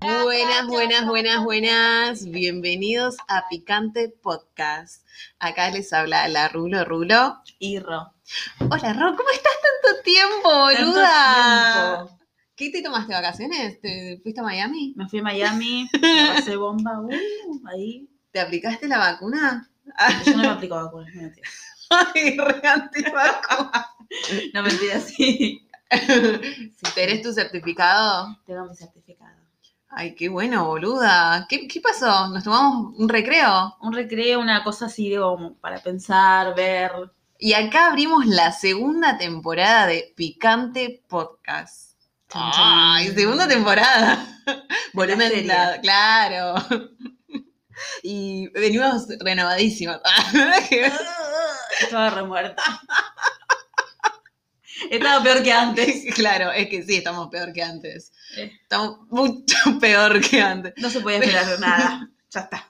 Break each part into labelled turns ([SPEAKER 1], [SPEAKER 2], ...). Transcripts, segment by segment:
[SPEAKER 1] Buenas, buenas, buenas, buenas. Bienvenidos a Picante Podcast. Acá les habla la Rulo Rulo.
[SPEAKER 2] Y Ro.
[SPEAKER 1] Hola, Ro, ¿cómo estás tanto tiempo, boluda?
[SPEAKER 2] Tanto tiempo.
[SPEAKER 1] ¿Qué te tomaste vacaciones? ¿Te fuiste a Miami?
[SPEAKER 2] Me fui a Miami, me pasé bomba, uh, ahí.
[SPEAKER 1] ¿Te aplicaste la vacuna?
[SPEAKER 2] Yo no me aplico vacunas, no mentira.
[SPEAKER 1] Ay, re antivacuna.
[SPEAKER 2] No mentira, sí. sí
[SPEAKER 1] ¿Tenés tu certificado?
[SPEAKER 2] Tengo mi certificado.
[SPEAKER 1] Ay, qué bueno, boluda. ¿Qué, qué pasó? ¿Nos tomamos un recreo?
[SPEAKER 2] Un recreo, una cosa así de como para pensar, ver.
[SPEAKER 1] Y acá abrimos la segunda temporada de Picante Podcast.
[SPEAKER 2] Chan, chan.
[SPEAKER 1] Ay, segunda temporada. Volumen
[SPEAKER 2] serie.
[SPEAKER 1] la- claro. Y venimos renovadísimos.
[SPEAKER 2] Estaba remuerta. Estaba peor que antes.
[SPEAKER 1] claro, es que sí, estamos peor que antes.
[SPEAKER 2] Eh.
[SPEAKER 1] Estamos mucho peor que antes.
[SPEAKER 2] No se podía esperar nada. Ya está.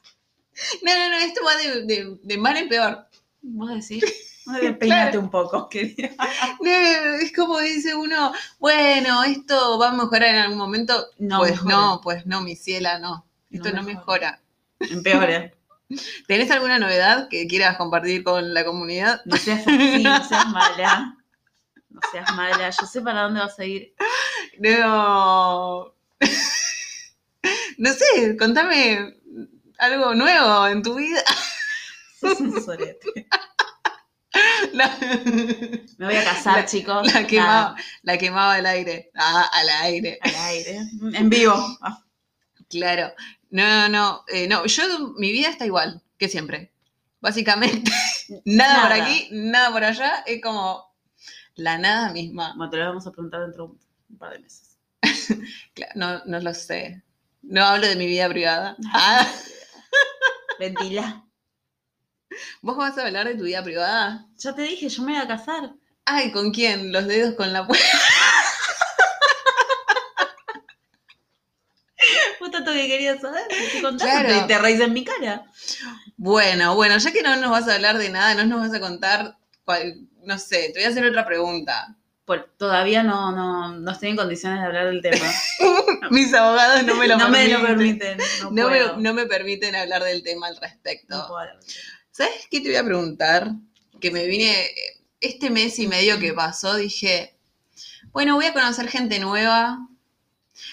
[SPEAKER 1] No, no, no, esto va de, de- de mal en peor.
[SPEAKER 2] ¿Vos decís? Peínate un poco, querida.
[SPEAKER 1] No, es como dice uno, bueno, esto va a mejorar en algún momento.
[SPEAKER 2] No
[SPEAKER 1] pues
[SPEAKER 2] mejora.
[SPEAKER 1] no, pues no, mi ciela, no. Esto no,
[SPEAKER 2] No
[SPEAKER 1] mejora.
[SPEAKER 2] Empeora.
[SPEAKER 1] ¿Tenés alguna novedad que quieras compartir con la comunidad?
[SPEAKER 2] No seas así, no seas mala. No seas mala. Yo sé para dónde vas a ir.
[SPEAKER 1] No. No sé, contame algo nuevo en tu vida.
[SPEAKER 2] Sos un sorete.
[SPEAKER 1] La,
[SPEAKER 2] Me voy a casar,
[SPEAKER 1] La-
[SPEAKER 2] chicos.
[SPEAKER 1] la
[SPEAKER 2] Nada,
[SPEAKER 1] quemaba, la quemaba al aire. Ah, al aire.
[SPEAKER 2] Al aire. En vivo. Ah,
[SPEAKER 1] Claro. No, no, eh, no. Yo, mi vida está igual que siempre. Básicamente, nada, por
[SPEAKER 2] Nada.
[SPEAKER 1] aquí, nada por allá. Es como la nada misma.
[SPEAKER 2] Bueno, te lo vamos a preguntar dentro de un par de meses.
[SPEAKER 1] Cla- No, no lo sé. No hablo de mi vida privada. Ah,
[SPEAKER 2] Ventila.
[SPEAKER 1] ¿Vos vas a hablar de tu vida privada?
[SPEAKER 2] Ya te dije, yo me voy a casar.
[SPEAKER 1] Ay, ¿con quién? Los dedos con la puerta.
[SPEAKER 2] Vos tanto que querías saber. te estoy contando,
[SPEAKER 1] Claro.
[SPEAKER 2] Te, te reís en mi cara.
[SPEAKER 1] Bueno, bueno, ya que no nos vas a hablar de nada, no nos vas a contar, cuál- no sé, te voy a hacer otra pregunta.
[SPEAKER 2] Por- todavía no, no, no estoy en condiciones de hablar del tema.
[SPEAKER 1] Mis abogados no me lo
[SPEAKER 2] no me
[SPEAKER 1] permiten.
[SPEAKER 2] lo permiten. No,
[SPEAKER 1] No me,
[SPEAKER 2] puedo.
[SPEAKER 1] no me permiten hablar del tema al respecto.
[SPEAKER 2] No puedo hablar del tema.
[SPEAKER 1] ¿Sabes qué te voy a preguntar? Que me vine, este mes y medio que pasó, dije, bueno, voy a conocer gente nueva.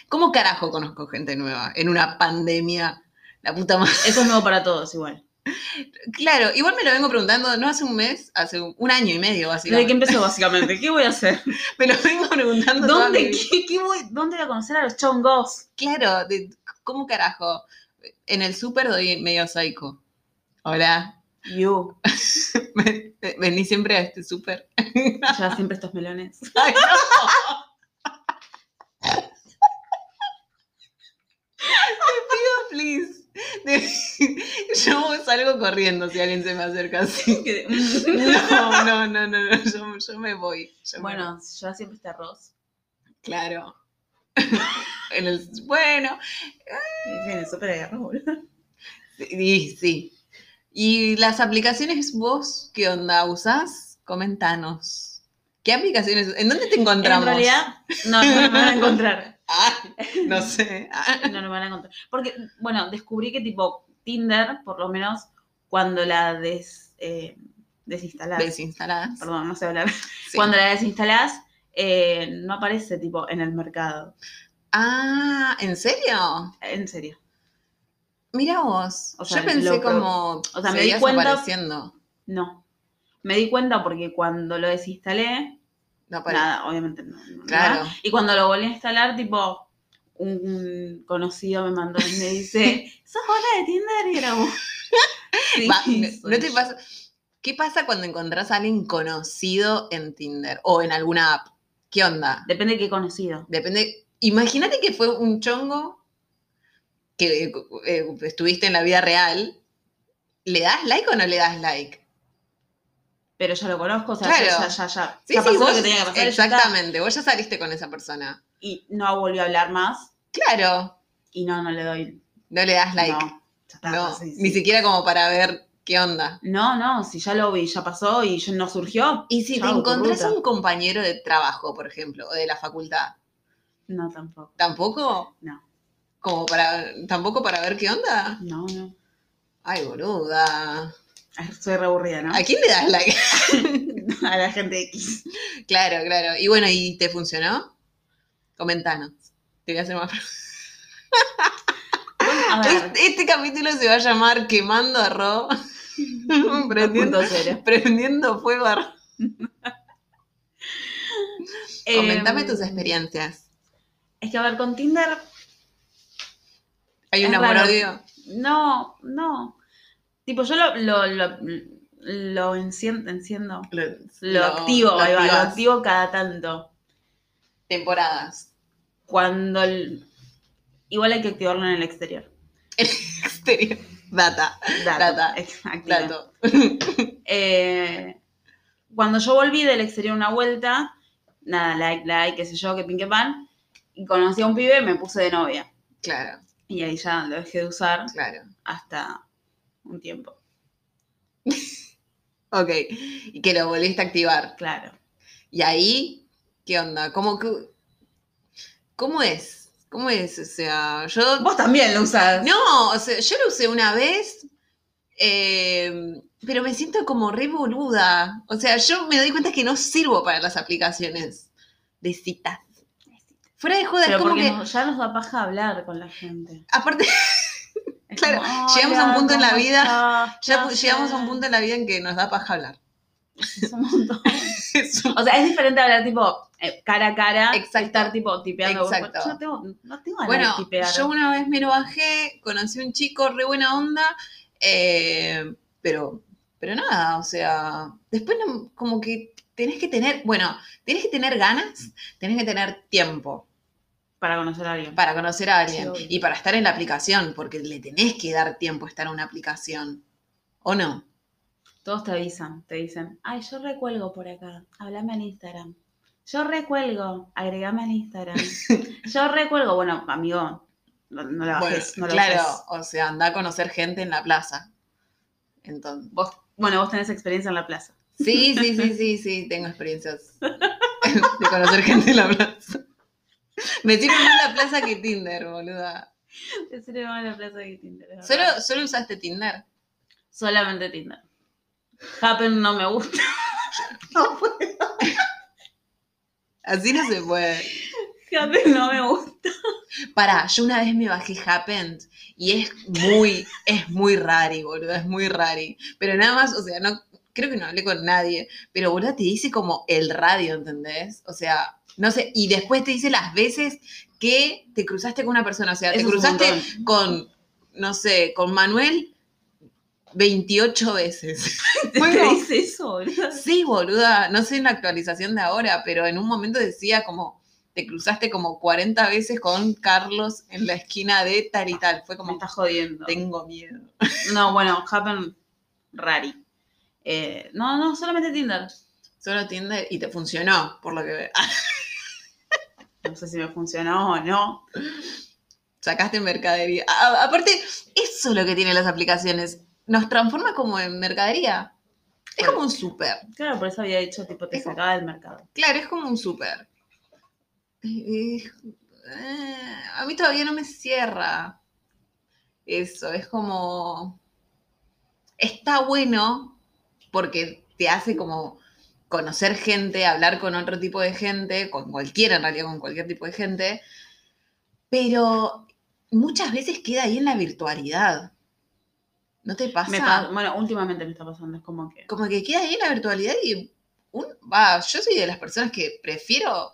[SPEAKER 1] ¿Cómo carajo conozco gente nueva en una pandemia? La puta madre.
[SPEAKER 2] Eso es nuevo para todos, igual.
[SPEAKER 1] Claro, igual me lo vengo preguntando, no hace un mes, hace un, un año y medio,
[SPEAKER 2] ¿De qué
[SPEAKER 1] básicamente.
[SPEAKER 2] empezó, básicamente? ¿Qué voy a hacer?
[SPEAKER 1] Me lo vengo preguntando. toda mi
[SPEAKER 2] ¿Dónde,
[SPEAKER 1] vida.
[SPEAKER 2] qué, qué voy, ¿Dónde voy a conocer a los chongos?
[SPEAKER 1] Claro, de, ¿cómo carajo? En el súper doy medio psycho. Hola,
[SPEAKER 2] You.
[SPEAKER 1] ven- vení siempre a este súper.
[SPEAKER 2] Ya siempre estos melones.
[SPEAKER 1] Ay, no. Te pido, please. Te- Yo salgo corriendo si alguien se me acerca así. No, no, no, no, no, yo, yo me voy. yo me voy.
[SPEAKER 2] bueno, ya siempre está arroz.
[SPEAKER 1] claro. En el- bueno,
[SPEAKER 2] Tiene súper de arroz, boludo.
[SPEAKER 1] Sí, sí. ¿Y las aplicaciones vos qué onda usás? Comentanos. ¿Qué aplicaciones? ¿En dónde te
[SPEAKER 2] En
[SPEAKER 1] encontramos?
[SPEAKER 2] realidad, no, no me van a encontrar.
[SPEAKER 1] Ah, no sé. Ah,
[SPEAKER 2] No, no me van a encontrar. Porque, bueno, descubrí que tipo Tinder, por lo menos cuando la des, eh, desinstalás.
[SPEAKER 1] desinstalás.
[SPEAKER 2] Perdón, no sé hablar.
[SPEAKER 1] Sí.
[SPEAKER 2] Cuando la desinstalás, eh, no aparece tipo en el mercado.
[SPEAKER 1] Ah, ¿en serio?
[SPEAKER 2] En serio.
[SPEAKER 1] Mira vos.
[SPEAKER 2] O sea,
[SPEAKER 1] Yo pensé
[SPEAKER 2] lo-
[SPEAKER 1] como
[SPEAKER 2] o sea,
[SPEAKER 1] se
[SPEAKER 2] me di
[SPEAKER 1] iba
[SPEAKER 2] cuenta-
[SPEAKER 1] desapareciendo.
[SPEAKER 2] No. Me di cuenta porque cuando lo desinstalé,
[SPEAKER 1] No, para.
[SPEAKER 2] Nada, obviamente no. no,
[SPEAKER 1] Claro.
[SPEAKER 2] nada. Y cuando lo volví a instalar, tipo, un, un conocido me mandó y me dice, ¿sos hola de Tinder? Y era vos. Sí,
[SPEAKER 1] Va,
[SPEAKER 2] soy
[SPEAKER 1] no te
[SPEAKER 2] yo.
[SPEAKER 1] pasa. ¿Qué pasa cuando encontrás a alguien conocido en Tinder o en alguna app? ¿Qué onda?
[SPEAKER 2] Depende de qué conocido.
[SPEAKER 1] Depende. Imagínate que fue un chongo que eh, eh, estuviste en la vida real. ¿Le das like o no le das like?
[SPEAKER 2] Pero ya lo conozco, o sea,
[SPEAKER 1] Claro.
[SPEAKER 2] ya, ya, ya.
[SPEAKER 1] Sí,
[SPEAKER 2] ya
[SPEAKER 1] sí,
[SPEAKER 2] pasó
[SPEAKER 1] vos.
[SPEAKER 2] lo que tenía que pasar. ya está.
[SPEAKER 1] exactamente. Vos ya saliste con esa persona.
[SPEAKER 2] Y no volvió a hablar más.
[SPEAKER 1] Claro,
[SPEAKER 2] Y no, no le doy.
[SPEAKER 1] no le das like.
[SPEAKER 2] No, ya está,
[SPEAKER 1] No,
[SPEAKER 2] sí, sí.
[SPEAKER 1] ni siquiera como para ver qué onda.
[SPEAKER 2] no, no, si ya lo vi, ya pasó y yo- no surgió.
[SPEAKER 1] Y si te
[SPEAKER 2] Chau, tu
[SPEAKER 1] encontrás a
[SPEAKER 2] ruta.
[SPEAKER 1] un compañero de trabajo, por ejemplo, o de la facultad,
[SPEAKER 2] No, tampoco.
[SPEAKER 1] ¿tampoco?
[SPEAKER 2] No.
[SPEAKER 1] Como para. Tampoco para ver qué onda.
[SPEAKER 2] No, no.
[SPEAKER 1] Ay, boluda.
[SPEAKER 2] Ay, Soy re aburrida, ¿no?
[SPEAKER 1] ¿A quién le das like?
[SPEAKER 2] A la gente X.
[SPEAKER 1] claro, claro. Y bueno, ¿y te funcionó? Comentanos. Te voy a hacer más preguntas.
[SPEAKER 2] A ver,
[SPEAKER 1] Este, este capítulo se va a llamar Quemando a Ro. prendiendo,
[SPEAKER 2] 2.0.
[SPEAKER 1] prendiendo fuego a Ro. Comentame
[SPEAKER 2] em,
[SPEAKER 1] tus experiencias.
[SPEAKER 2] Es que, a ver, con Tinder,
[SPEAKER 1] Hay
[SPEAKER 2] es
[SPEAKER 1] un
[SPEAKER 2] raro.
[SPEAKER 1] amor-odio.
[SPEAKER 2] no, no. Tipo, yo lo, lo, lo, lo encien- enciendo.
[SPEAKER 1] Lo,
[SPEAKER 2] Lo, activo,
[SPEAKER 1] lo
[SPEAKER 2] ahí va, lo
[SPEAKER 1] activas.
[SPEAKER 2] activo cada tanto.
[SPEAKER 1] Temporadas.
[SPEAKER 2] Cuando el- igual hay que activarlo en el exterior.
[SPEAKER 1] Exterior. Data.
[SPEAKER 2] Dato,
[SPEAKER 1] Data.
[SPEAKER 2] ex- activa.
[SPEAKER 1] Dato.
[SPEAKER 2] Eh, cuando yo volví del exterior una vuelta, nada, like, like, qué sé yo, que pin, que pan, y conocí a un pibe, me puse de novia.
[SPEAKER 1] Claro,
[SPEAKER 2] Y ahí ya lo dejé de usar
[SPEAKER 1] claro.
[SPEAKER 2] hasta un tiempo,
[SPEAKER 1] Ok. Y que lo volviste a activar.
[SPEAKER 2] claro.
[SPEAKER 1] Y ahí, ¿qué onda? ¿Cómo, que- cómo es? ¿Cómo es? O sea, yo
[SPEAKER 2] Vos también lo usás.
[SPEAKER 1] No, o sea, yo lo usé una vez, eh, pero me siento como re boluda. O sea, yo me doy cuenta que no sirvo para las aplicaciones de citas. Fuera de joda, es
[SPEAKER 2] Pero
[SPEAKER 1] como
[SPEAKER 2] porque
[SPEAKER 1] que.
[SPEAKER 2] nos- ya nos da paja hablar con la gente.
[SPEAKER 1] Aparte,
[SPEAKER 2] Es
[SPEAKER 1] Claro,
[SPEAKER 2] como,
[SPEAKER 1] llegamos a un punto en la
[SPEAKER 2] ¿cómo
[SPEAKER 1] vida-
[SPEAKER 2] estás?
[SPEAKER 1] ya
[SPEAKER 2] ¿Qué
[SPEAKER 1] llegamos a un
[SPEAKER 2] haces?
[SPEAKER 1] punto en la vida en que nos da paja hablar.
[SPEAKER 2] Es un montón.
[SPEAKER 1] Es un-
[SPEAKER 2] O sea, es diferente hablar tipo eh, cara a cara,
[SPEAKER 1] Exacto.
[SPEAKER 2] estar tipo tipeando. vos,
[SPEAKER 1] Exacto.
[SPEAKER 2] Yo no tengo, no tengo ganas
[SPEAKER 1] Bueno,
[SPEAKER 2] de tipear.
[SPEAKER 1] yo una vez me lo bajé, conocí a un chico re buena onda, eh, pero, pero nada, o sea, después no- como que tenés que tener, bueno, tenés que tener ganas, tenés que tener tiempo
[SPEAKER 2] Para conocer a alguien.
[SPEAKER 1] para conocer a
[SPEAKER 2] Sí,
[SPEAKER 1] alguien
[SPEAKER 2] obvio.
[SPEAKER 1] y para estar en la aplicación, porque le tenés que dar tiempo a estar en una aplicación, ¿o no?
[SPEAKER 2] Todos te avisan, te dicen, ay, yo recuelgo por acá, hablame en Instagram. Yo recuelgo, agregame en Instagram. Yo recuelgo, bueno, amigo, no, no la
[SPEAKER 1] Bueno,
[SPEAKER 2] bajes, no la
[SPEAKER 1] claro,
[SPEAKER 2] bajes.
[SPEAKER 1] o sea, anda a conocer gente en la plaza. Entonces,
[SPEAKER 2] Vos, bueno, vos tenés experiencia en la plaza.
[SPEAKER 1] sí, sí, sí, sí, sí, tengo experiencias de conocer gente en la plaza. Me sirve más la plaza que Tinder, boluda.
[SPEAKER 2] Te sirve más la plaza que Tinder. es
[SPEAKER 1] ¿Solo,
[SPEAKER 2] verdad.
[SPEAKER 1] solo usaste Tinder?
[SPEAKER 2] Solamente Tinder. Happen no me gusta.
[SPEAKER 1] Así no se puede.
[SPEAKER 2] Happen no me gusta.
[SPEAKER 1] Pará, yo una vez me bajé Happn y es muy, es muy rari, boludo, es muy rari. Pero nada más, o sea, no, creo que no hablé con nadie, pero boludo te dice como el radio, ¿entendés? O sea, no sé, y después te dice las veces que te cruzaste con una persona, o sea, te
[SPEAKER 2] Eso es un
[SPEAKER 1] cruzaste
[SPEAKER 2] montón.
[SPEAKER 1] con, no sé, con Manuel 28 veces.
[SPEAKER 2] ¿Te-
[SPEAKER 1] Bueno.
[SPEAKER 2] ¿Te dice eso, boludo?
[SPEAKER 1] Sí, boluda, no sé en la actualización de ahora, pero en un momento decía como, te cruzaste como 40 veces con Carlos en la esquina de tal y tal. Fue
[SPEAKER 2] Me
[SPEAKER 1] como,
[SPEAKER 2] estás jodiendo.
[SPEAKER 1] tengo miedo.
[SPEAKER 2] No, bueno, Happen Rari. Eh, no, no, solamente Tinder.
[SPEAKER 1] Solo Tinder y te funcionó, por lo que veo. Ah,
[SPEAKER 2] No sé si me funcionó o no.
[SPEAKER 1] Sacaste mercadería. A- aparte, eso es lo que tienen las aplicaciones. Nos transforma como en mercadería. Es
[SPEAKER 2] Bueno.
[SPEAKER 1] como un súper.
[SPEAKER 2] Claro, por eso había dicho, tipo, te
[SPEAKER 1] Eso.
[SPEAKER 2] sacaba del mercado.
[SPEAKER 1] Claro, es como un súper. Eh, eh, a mí todavía no me cierra eso. Es como... Está bueno porque te hace como conocer gente, hablar con otro tipo de gente, con cualquiera en realidad, con cualquier tipo de gente, pero muchas veces queda ahí en la virtualidad. ¿No te pasa?
[SPEAKER 2] Me pa- bueno, últimamente me está pasando, es como que...
[SPEAKER 1] como que queda ahí en la virtualidad y un, va, yo soy de las personas que prefiero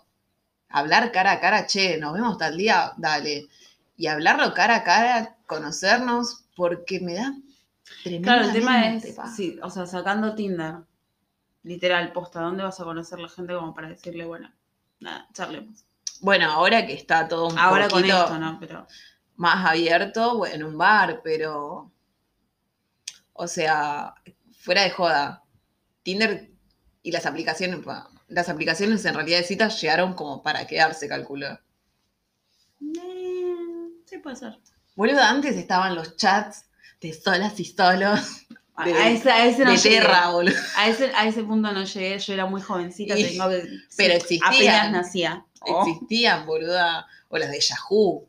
[SPEAKER 1] hablar cara a cara, che, nos vemos tal día, dale. Y hablarlo cara a cara, conocernos, porque me da
[SPEAKER 2] Claro, el
[SPEAKER 1] tremendamente
[SPEAKER 2] tema es,
[SPEAKER 1] paja.
[SPEAKER 2] sí, o sea, sacando Tinder, literal, posta, ¿dónde vas a conocer la gente como para decirle, bueno, nada, charlemos?
[SPEAKER 1] Bueno, ahora que está todo un
[SPEAKER 2] Ahora con
[SPEAKER 1] poquito
[SPEAKER 2] esto, ¿no? Pero
[SPEAKER 1] más abierto, bueno, en un bar, pero... O sea, fuera de joda, Tinder y las aplicaciones, pa, las aplicaciones en realidad de citas llegaron como para quedarse, calculo.
[SPEAKER 2] eh, sí puede ser.
[SPEAKER 1] Boludo, antes estaban los chats de solas y solos
[SPEAKER 2] A,
[SPEAKER 1] De-
[SPEAKER 2] a ese, a ese no
[SPEAKER 1] de
[SPEAKER 2] llegué.
[SPEAKER 1] Terra, boludo.
[SPEAKER 2] A ese, a ese punto no llegué, yo era muy jovencita,
[SPEAKER 1] Y-
[SPEAKER 2] tengo que...
[SPEAKER 1] pero
[SPEAKER 2] sí,
[SPEAKER 1] existían.
[SPEAKER 2] Apenas nacía. Oh.
[SPEAKER 1] Existían, boluda. O las de Yahoo.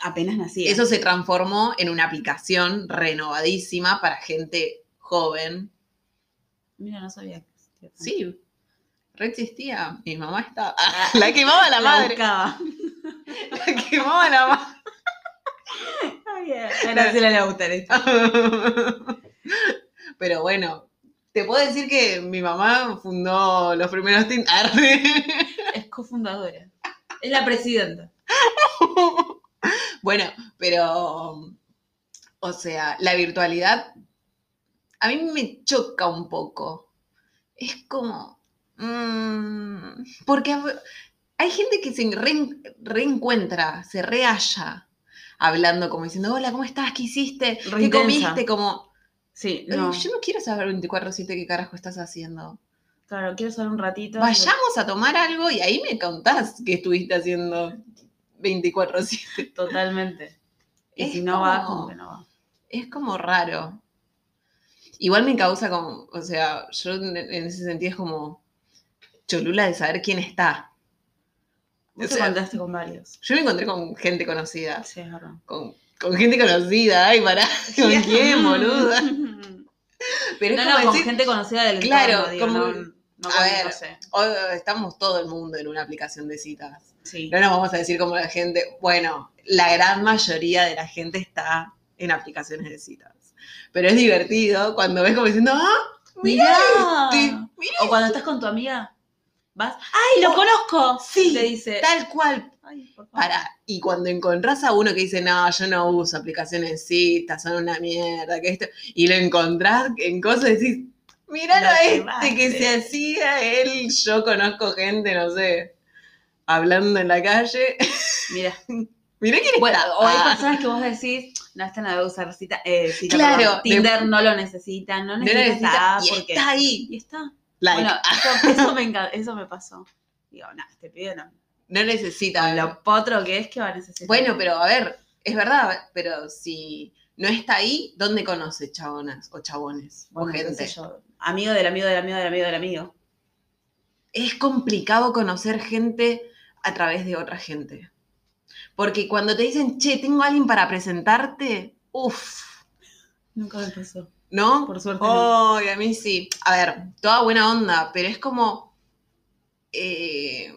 [SPEAKER 2] apenas nacía.
[SPEAKER 1] Eso se transformó en una aplicación renovadísima para gente joven.
[SPEAKER 2] Mira, no sabía que existía.
[SPEAKER 1] Sí, re existía. Mi mamá estaba. Ah, la quemaba la madre.
[SPEAKER 2] buscaba.
[SPEAKER 1] La quemaba la madre.
[SPEAKER 2] Ah, bien. Graciela Lautaro.
[SPEAKER 1] Pero bueno, te puedo decir que mi mamá fundó los primeros Tinder.
[SPEAKER 2] Es cofundadora. Es la presidenta.
[SPEAKER 1] Bueno, pero, o sea, la virtualidad a mí me choca un poco. Es como, mm, porque hab- hay gente que se re- reencuentra, se rehalla hablando como diciendo, hola, ¿cómo estás? ¿Qué hiciste?
[SPEAKER 2] Re
[SPEAKER 1] ¿Qué
[SPEAKER 2] intensa.
[SPEAKER 1] comiste? Como,
[SPEAKER 2] Sí,
[SPEAKER 1] "Eh,
[SPEAKER 2] no.
[SPEAKER 1] yo no quiero saber 24/7 qué carajo estás haciendo.
[SPEAKER 2] Claro, quiero saber un ratito.
[SPEAKER 1] Vayamos a tomar algo y ahí me contás qué estuviste haciendo 24/7.
[SPEAKER 2] Totalmente. Y
[SPEAKER 1] Es
[SPEAKER 2] si no va,
[SPEAKER 1] como-
[SPEAKER 2] como que no va.
[SPEAKER 1] Es como raro. Igual me causa como, o sea, yo en en ese sentido es como cholula de saber quién está.
[SPEAKER 2] Vos
[SPEAKER 1] O
[SPEAKER 2] te
[SPEAKER 1] sea-
[SPEAKER 2] contaste con varios.
[SPEAKER 1] Yo me encontré con gente conocida,
[SPEAKER 2] Sí, es verdad.
[SPEAKER 1] con, con gente conocida, ay, pará, ¿con quién, boluda? Pero es
[SPEAKER 2] No,
[SPEAKER 1] como
[SPEAKER 2] no, con
[SPEAKER 1] decir,
[SPEAKER 2] gente conocida del
[SPEAKER 1] Claro,
[SPEAKER 2] entorno, digo,
[SPEAKER 1] como-
[SPEAKER 2] no, no,
[SPEAKER 1] a
[SPEAKER 2] con-
[SPEAKER 1] ver.
[SPEAKER 2] no sé.
[SPEAKER 1] "Oh, estamos todo el mundo en una aplicación de citas.
[SPEAKER 2] Sí.
[SPEAKER 1] No nos vamos a decir como la gente, bueno, la gran mayoría de la gente está en aplicaciones de citas. Pero es divertido cuando ves como diciendo, ah,
[SPEAKER 2] Mirá.
[SPEAKER 1] mira,
[SPEAKER 2] Ah.
[SPEAKER 1] mira,
[SPEAKER 2] O cuando estás con tu amiga, vas, ¡ay, lo conozco!
[SPEAKER 1] Sí,
[SPEAKER 2] Le dice,
[SPEAKER 1] tal cual,
[SPEAKER 2] "Ay, por favor".
[SPEAKER 1] Para, y cuando encontrás a uno que dice, no, yo no uso aplicaciones de citas, son una mierda, que esto, y lo encontrás en cosas y decís, miralo
[SPEAKER 2] Lo
[SPEAKER 1] a este
[SPEAKER 2] quemaste".
[SPEAKER 1] que se hacía él, yo conozco gente, no sé, hablando en la calle.
[SPEAKER 2] Mira,
[SPEAKER 1] Mirá quién
[SPEAKER 2] bueno,
[SPEAKER 1] está.
[SPEAKER 2] o hay
[SPEAKER 1] Ah,
[SPEAKER 2] personas que vos decís, no, esta no debe usar cita, eh, cita,
[SPEAKER 1] Claro,
[SPEAKER 2] perdón,
[SPEAKER 1] de-
[SPEAKER 2] Tinder no lo necesita, no
[SPEAKER 1] no
[SPEAKER 2] necesita,
[SPEAKER 1] necesita,
[SPEAKER 2] esta app
[SPEAKER 1] y
[SPEAKER 2] porque...
[SPEAKER 1] está ahí.
[SPEAKER 2] Y está.
[SPEAKER 1] Like,
[SPEAKER 2] Bueno, eso, eso me encanta, eso me pasó. Digo, no, este pibe no.
[SPEAKER 1] no necesita.
[SPEAKER 2] Lo potro que es que va a necesitar.
[SPEAKER 1] Bueno, pero a ver, es verdad, pero si no está ahí, ¿dónde conoce chabonas o chabones
[SPEAKER 2] Bueno,
[SPEAKER 1] o
[SPEAKER 2] qué
[SPEAKER 1] gente?
[SPEAKER 2] sé yo, Amigo del amigo del amigo del amigo del amigo.
[SPEAKER 1] es complicado conocer gente a través de otra gente. Porque cuando te dicen, che, tengo a alguien para presentarte, uff,
[SPEAKER 2] Nunca me pasó.
[SPEAKER 1] ¿no?
[SPEAKER 2] Por suerte. no.
[SPEAKER 1] Ay, a mí sí. A ver, toda buena onda, pero es como. eh,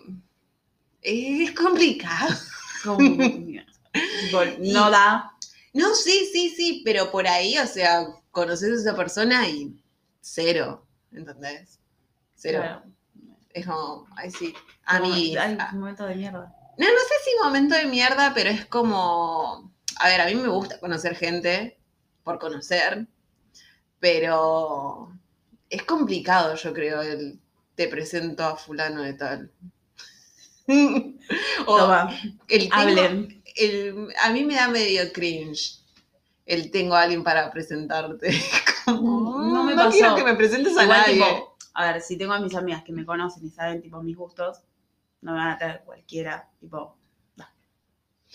[SPEAKER 1] es complicado.
[SPEAKER 2] Como- Tipo, no da.
[SPEAKER 1] No, sí, sí, sí, pero por ahí, o sea, conoces a esa persona y cero, ¿entendés? Cero.
[SPEAKER 2] claro.
[SPEAKER 1] Es como, ay, sí. A mí.
[SPEAKER 2] Ay, un momento de mierda.
[SPEAKER 1] No, no sé si momento de mierda, pero es como. A ver, a mí me gusta conocer gente por conocer, pero es complicado, yo creo, el te presento a fulano de tal. o
[SPEAKER 2] Toma,
[SPEAKER 1] el tengo-
[SPEAKER 2] hablen.
[SPEAKER 1] el- a mí me da medio cringe el tengo a alguien para presentarte. Como,
[SPEAKER 2] No me
[SPEAKER 1] no
[SPEAKER 2] pasó.
[SPEAKER 1] quiero que me presentes a
[SPEAKER 2] Igual,
[SPEAKER 1] nadie.
[SPEAKER 2] tipo, a ver, si tengo a mis amigas que me conocen y saben, tipo, mis gustos, no me van a traer cualquiera, tipo, no.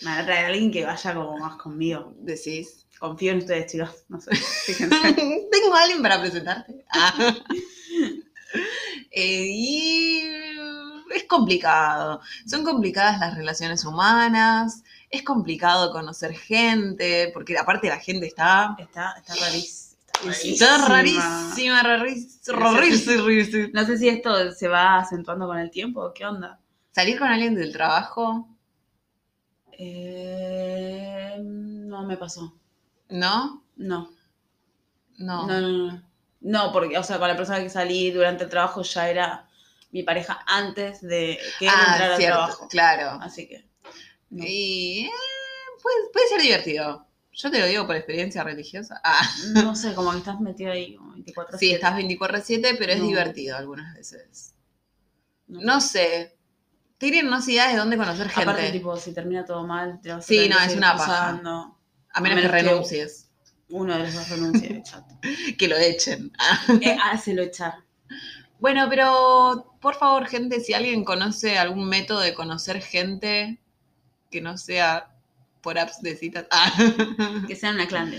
[SPEAKER 2] me van a traer a alguien que vaya como más conmigo.
[SPEAKER 1] Decís.
[SPEAKER 2] Confío en ustedes, chicos, no sé, fíjense.
[SPEAKER 1] Tengo a alguien para presentarte. Ah. Eh, y es complicado. Son complicadas las relaciones humanas. Es complicado conocer gente, porque aparte la gente está.
[SPEAKER 2] Está, está rarísimo.
[SPEAKER 1] Está rarísima, rarísima, rarísima.
[SPEAKER 2] No sé si esto se va acentuando con el tiempo, ¿qué onda?
[SPEAKER 1] Salir con alguien del trabajo,
[SPEAKER 2] Eh, no me pasó.
[SPEAKER 1] ¿no?
[SPEAKER 2] No,
[SPEAKER 1] No.
[SPEAKER 2] no, no, no. No, porque, o sea, con la persona que salí durante el trabajo ya era mi pareja antes de que él entrara
[SPEAKER 1] ah,
[SPEAKER 2] al
[SPEAKER 1] cierto,
[SPEAKER 2] trabajo.
[SPEAKER 1] claro.
[SPEAKER 2] Así que. no.
[SPEAKER 1] Y eh, puede, puede ser divertido. Yo te lo digo por experiencia religiosa. Ah.
[SPEAKER 2] No sé, como que estás metido ahí como 24
[SPEAKER 1] Sí, estás 24-7, pero es
[SPEAKER 2] No.
[SPEAKER 1] divertido algunas veces. No sé. Tienen no sé de dónde conocer gente.
[SPEAKER 2] Aparte, tipo, si termina todo mal, te vas a
[SPEAKER 1] Sí,
[SPEAKER 2] tener
[SPEAKER 1] no,
[SPEAKER 2] que
[SPEAKER 1] es
[SPEAKER 2] seguir
[SPEAKER 1] una paja.
[SPEAKER 2] cruzando.
[SPEAKER 1] a menos que
[SPEAKER 2] a menos ah, que-
[SPEAKER 1] renuncies.
[SPEAKER 2] Uno de los dos renuncia, exacto.
[SPEAKER 1] Que lo echen. Ah.
[SPEAKER 2] Eh, hácelo echar.
[SPEAKER 1] Bueno, pero por favor, gente, si alguien conoce algún método de conocer gente que no sea por apps de citas. Ah.
[SPEAKER 2] Que sean una clande.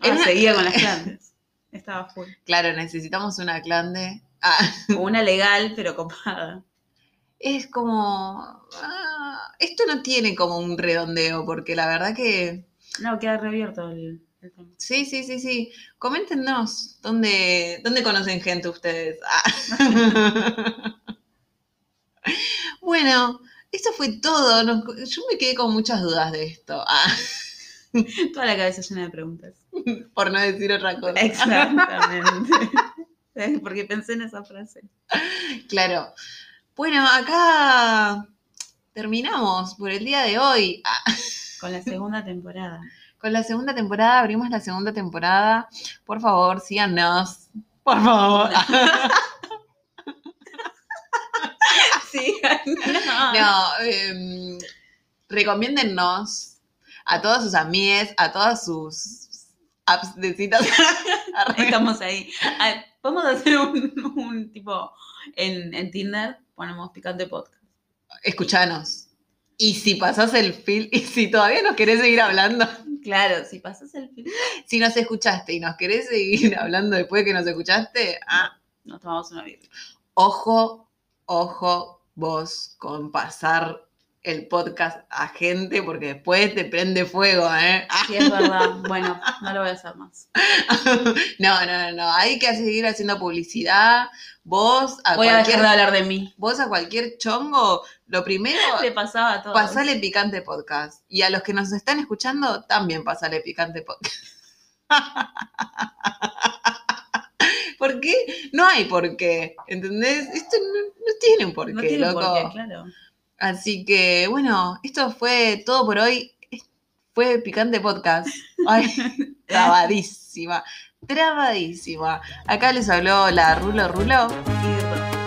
[SPEAKER 1] Era
[SPEAKER 2] Ahora
[SPEAKER 1] una-
[SPEAKER 2] Ah, seguía con las clandes. Estaba full.
[SPEAKER 1] Claro, necesitamos una clande. Ah.
[SPEAKER 2] O una legal, pero copada.
[SPEAKER 1] Es como. ah, esto no tiene como un redondeo, porque la verdad que.
[SPEAKER 2] No, queda reabierto el, el tema.
[SPEAKER 1] Sí, sí, sí, sí. Coméntenos dónde, dónde conocen gente ustedes. Ah. bueno, eso fue todo. Nos- yo me quedé con muchas dudas de esto. Ah,
[SPEAKER 2] Toda la cabeza llena de preguntas.
[SPEAKER 1] por no decir otra cosa.
[SPEAKER 2] Exactamente. ¿Sabes? Porque pensé en esa frase.
[SPEAKER 1] Claro. Bueno, acá terminamos por el día de hoy. Ah,
[SPEAKER 2] Con la segunda temporada.
[SPEAKER 1] Con la segunda temporada, abrimos la segunda temporada. Por favor, síganos. Por favor.
[SPEAKER 2] Sí,
[SPEAKER 1] No, em, recomiéndennos a todos sus amigues, a todas sus apps de citas.
[SPEAKER 2] Estamos ahí. Ah, Podemos hacer un, un tipo en, en Tinder, ponemos picante podcast.
[SPEAKER 1] Escuchanos. Y si pasás el fil, y si todavía nos querés seguir hablando,
[SPEAKER 2] Claro, si pasas el film,
[SPEAKER 1] si nos escuchaste y nos querés seguir hablando después que nos escuchaste, ah,
[SPEAKER 2] nos tomamos una birra.
[SPEAKER 1] ojo, ojo vos con pasar el podcast a gente porque después te prende fuego, ¿eh? Ah.
[SPEAKER 2] Sí, es verdad. Bueno, no lo voy a hacer más.
[SPEAKER 1] No, no, no, hay que seguir haciendo publicidad. Vos a,
[SPEAKER 2] Voy a dejar
[SPEAKER 1] cualquier,
[SPEAKER 2] de hablar de mí.
[SPEAKER 1] vos a cualquier chongo, lo primero,
[SPEAKER 2] Le pasaba a todos.
[SPEAKER 1] pasale picante podcast. Y a los que nos están escuchando, también pasale picante podcast. ¿Por qué? No hay por qué, ¿entendés? Esto no, no tiene un porqué,
[SPEAKER 2] No tiene
[SPEAKER 1] loco.
[SPEAKER 2] por qué, claro.
[SPEAKER 1] Así que, bueno, esto fue todo por hoy. Fue Picante Podcast. Ay, trabadísima, trabadísima. Acá les habló la Rulo Rulo.
[SPEAKER 2] Y de todo.